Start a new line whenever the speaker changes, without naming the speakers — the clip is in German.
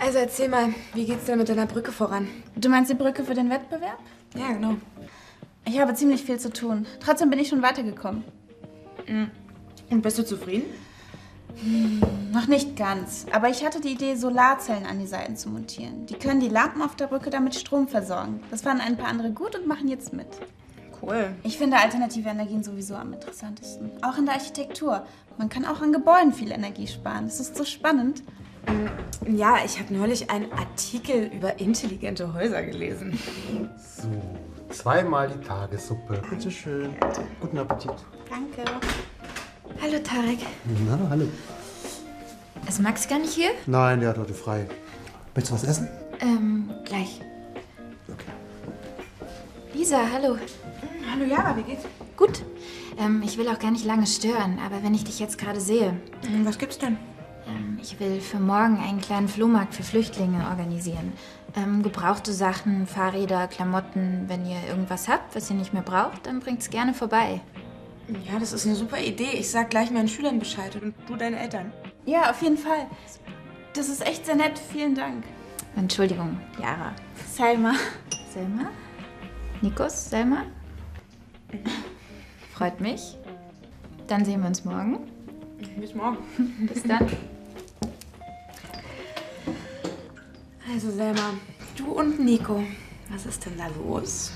Also erzähl mal, wie geht's denn mit deiner Brücke voran?
Du meinst die Brücke für den Wettbewerb?
Ja, genau.
Ich habe ziemlich viel zu tun. Trotzdem bin ich schon weitergekommen.
Hm. Und bist du zufrieden?
Hm, Noch nicht ganz, aber ich hatte die Idee, Solarzellen an die Seiten zu montieren. Die können die Lampen auf der Brücke damit Strom versorgen. Das fanden ein paar andere gut und machen jetzt mit.
Cool.
Ich finde alternative Energien sowieso am interessantesten. Auch in der Architektur. Man kann auch an Gebäuden viel Energie sparen. Das ist so spannend.
Ja, ich habe neulich einen Artikel über intelligente Häuser gelesen.
So, zweimal die Tagessuppe. Bitte schön. Guten Appetit.
Danke.
Hallo Tarek.
Na, hallo.
Ist Also Max gar nicht hier?
Nein, der hat heute frei. Willst du was essen?
Ähm, gleich.
Okay.
Lisa, hallo.
Hallo Jara, wie geht's?
Gut. Ähm, ich will auch gar nicht lange stören, aber wenn ich dich jetzt gerade sehe,
Hm,
Was gibt's denn?
ähm, ich will für morgen einen kleinen Flohmarkt für Flüchtlinge organisieren. Ähm, gebrauchte Sachen, Fahrräder, Klamotten. Wenn ihr irgendwas habt, was ihr nicht mehr braucht, dann bringt's gerne vorbei.
Ja, das ist eine super Idee. Ich sag gleich meinen Schülern Bescheid und du deinen Eltern.
Ja, auf jeden Fall. Das ist echt sehr nett. Vielen Dank.
Entschuldigung, Jara.
Selma.
Selma? Nikos, Selma? Freut mich. Dann sehen wir uns morgen.
Bis morgen.
Bis dann.
Also Selma, du und Nico, was ist denn da los?